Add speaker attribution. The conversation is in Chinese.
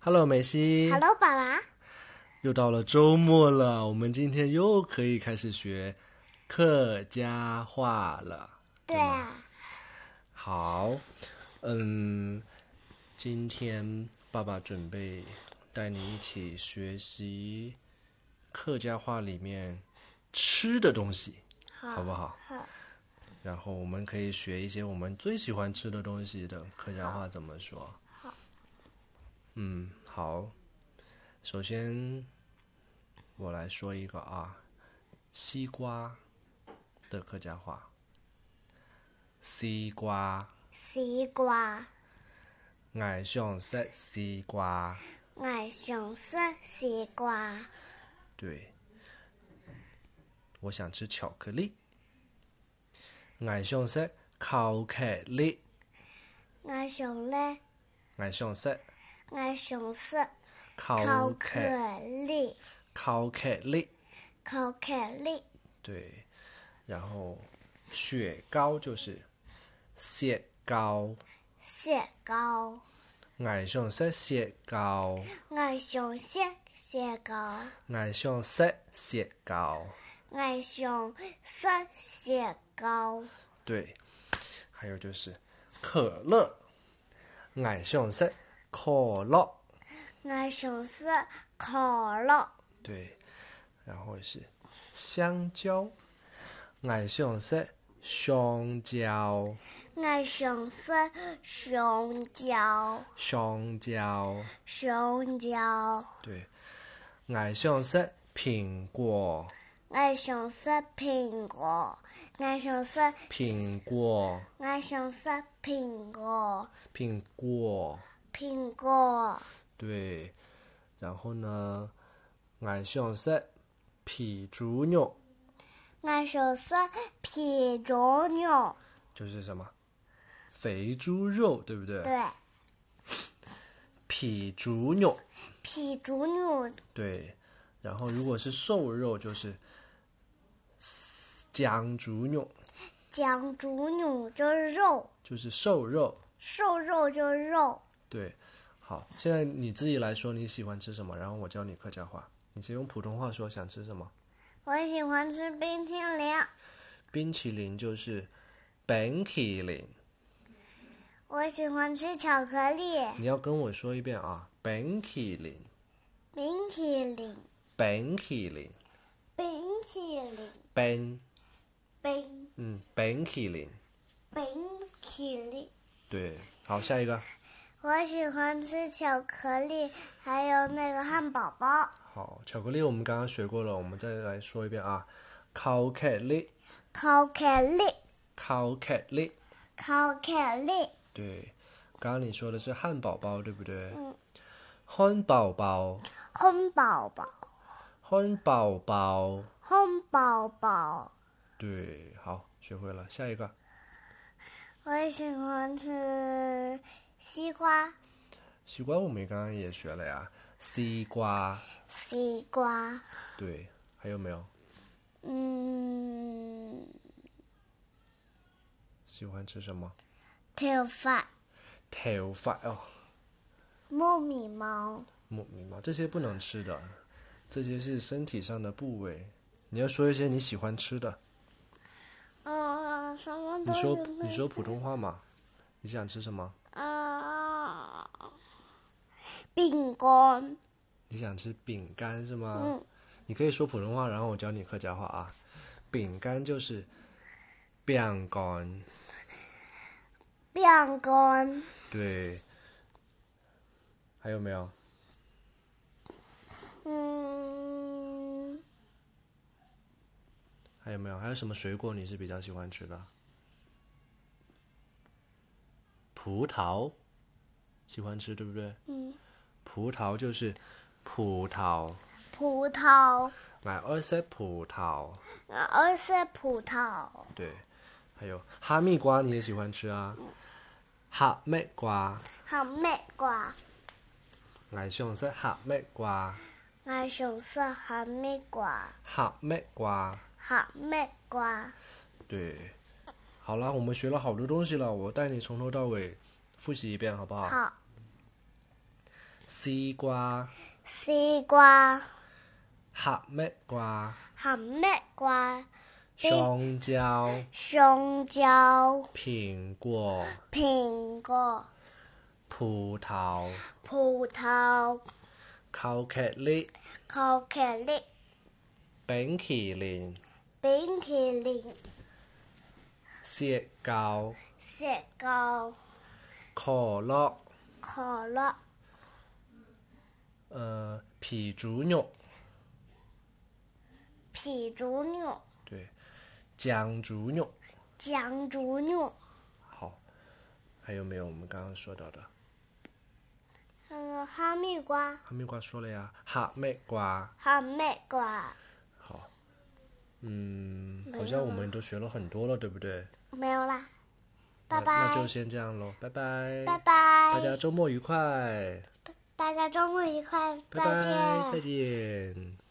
Speaker 1: Hello，美西。
Speaker 2: Hello，爸爸。
Speaker 1: 又到了周末了，我们今天又可以开始学客家话了。
Speaker 2: 对啊，
Speaker 1: 好，嗯，今天爸爸准备带你一起学习客家话里面吃的东西，好不好？
Speaker 2: 好，
Speaker 1: 然后我们可以学一些我们最喜欢吃的东西的客家话怎么说。好。嗯，好。首先，我来说一个啊，西瓜的客家话。西瓜，
Speaker 2: 西瓜，
Speaker 1: 爱上食西瓜。
Speaker 2: 我想吃西瓜。
Speaker 1: 对，我想吃巧克力。爱上食巧克力，
Speaker 2: 我想嘞，
Speaker 1: 爱上食
Speaker 2: 我想吃
Speaker 1: 巧
Speaker 2: 巧
Speaker 1: 克
Speaker 2: 克力，
Speaker 1: 巧克力。
Speaker 2: 巧克力，
Speaker 1: 对，然后雪糕就是雪糕，
Speaker 2: 雪糕。
Speaker 1: 爱上食雪糕，
Speaker 2: 我想吃雪糕，
Speaker 1: 爱上食雪糕。
Speaker 2: 我想吃雪糕。
Speaker 1: 对，还有就是可乐，爱上食可乐。
Speaker 2: 我想吃可乐，
Speaker 1: 对，然后是香蕉，爱上食香蕉，
Speaker 2: 我想吃香蕉，
Speaker 1: 香蕉。
Speaker 2: 香蕉。
Speaker 1: 对，爱上食苹果，
Speaker 2: 我想吃苹果，我想吃。
Speaker 1: 苹果。
Speaker 2: 我想吃苹果，
Speaker 1: 苹果，
Speaker 2: 苹果，
Speaker 1: 对，然后呢，俺想食皮猪肉，
Speaker 2: 我想吃啤酒牛。
Speaker 1: 就是什么肥猪肉，对不对？
Speaker 2: 对，
Speaker 1: 皮猪肉，
Speaker 2: 啤酒牛，
Speaker 1: 对。然后如果是瘦肉，就是姜猪肉，
Speaker 2: 酱猪牛就是肉，
Speaker 1: 就是瘦肉，
Speaker 2: 瘦肉就是肉。
Speaker 1: 对。好，现在你自己来说你喜欢吃什么，然后我教你客家话，你先用普通话说想吃什么。
Speaker 2: 我喜欢吃冰淇淋，
Speaker 1: 冰淇淋就是冰淇淋。
Speaker 2: 我喜欢吃巧克力，
Speaker 1: 你要跟我说一遍啊，冰淇淋，
Speaker 2: 冰淇淋，
Speaker 1: 冰淇淋，
Speaker 2: 冰淇淋，
Speaker 1: 冰，
Speaker 2: 冰
Speaker 1: 嗯，冰淇淋，
Speaker 2: 冰淇淋。
Speaker 1: 对，好，下一个，
Speaker 2: 我喜欢吃巧克力，还有那个汉堡包，
Speaker 1: 好，巧克力我们刚刚学过了，我们再来说一遍啊，巧克力，
Speaker 2: 巧克力，
Speaker 1: 巧克力，
Speaker 2: 巧克力。
Speaker 1: 对，刚刚你说的是汉堡包，对不对？
Speaker 2: 嗯。
Speaker 1: 汉堡包，
Speaker 2: 烘宝宝，
Speaker 1: 汉堡包，
Speaker 2: 烘宝宝，
Speaker 1: 对，好，学会了，下一个，
Speaker 2: 我喜欢吃西瓜，
Speaker 1: 西瓜我们刚刚也学了呀，西瓜，
Speaker 2: 西瓜，
Speaker 1: 对，还有没有
Speaker 2: 嗯，
Speaker 1: 喜欢吃什么？
Speaker 2: 头发，
Speaker 1: 头发哦。
Speaker 2: 木米毛，
Speaker 1: 母米吗？这些不能吃的，这些是身体上的部位。你要说一些你喜欢吃的。
Speaker 2: 嗯，什么
Speaker 1: 你
Speaker 2: 都
Speaker 1: 说
Speaker 2: 有
Speaker 1: 你说普通话嘛？你想吃什么？
Speaker 2: 啊，饼干，
Speaker 1: 你想吃饼干是吗？
Speaker 2: 嗯，
Speaker 1: 你可以说普通话，然后我教你客家话啊。饼干就是饼干，
Speaker 2: 饼干，
Speaker 1: 对。还有没有？
Speaker 2: 嗯，
Speaker 1: 还有没有？还有什么水果你是比较喜欢吃的？葡萄，喜欢吃对不对？
Speaker 2: 嗯。
Speaker 1: 葡萄就是葡萄，
Speaker 2: 葡萄，
Speaker 1: 买二色葡萄，
Speaker 2: 而是葡萄，
Speaker 1: 对。还有哈密瓜你也喜欢吃啊？哈密瓜，
Speaker 2: 哈密瓜，
Speaker 1: 爱上食哈密瓜，
Speaker 2: 我想吃哈密瓜。
Speaker 1: 哈密瓜，
Speaker 2: 哈密瓜，
Speaker 1: 对。好啦，我们学了好多东西了，我带你从头到尾复习一遍好不好？
Speaker 2: 好，
Speaker 1: 西瓜、
Speaker 2: 西瓜、
Speaker 1: 哈密瓜、
Speaker 2: 哈密瓜、
Speaker 1: 香蕉、
Speaker 2: 香蕉、
Speaker 1: 苹果、
Speaker 2: 苹果、
Speaker 1: 葡萄、
Speaker 2: 葡萄、
Speaker 1: 巧克力、
Speaker 2: 巧克力、
Speaker 1: 冰淇淋、
Speaker 2: 冰淇淋、
Speaker 1: 雪糕、
Speaker 2: 雪糕、
Speaker 1: 可樂、
Speaker 2: 可乐、
Speaker 1: 呃啤酒肉，
Speaker 2: 啤酒牛、
Speaker 1: 对，酱猪肉。
Speaker 2: 酱猪牛。
Speaker 1: 好，还有没有我们刚刚说到的？
Speaker 2: 嗯，哈密瓜、
Speaker 1: 哈密瓜说了呀，哈密瓜。
Speaker 2: 哈密瓜，
Speaker 1: 好，嗯，好像我们都学了很多了，对不对？
Speaker 2: 没有啦，
Speaker 1: 那
Speaker 2: 拜拜，
Speaker 1: 那就先这样喽，拜拜，
Speaker 2: 拜拜，
Speaker 1: 大家周末愉快，
Speaker 2: 大家周末愉快，
Speaker 1: 拜拜，
Speaker 2: 再
Speaker 1: 再见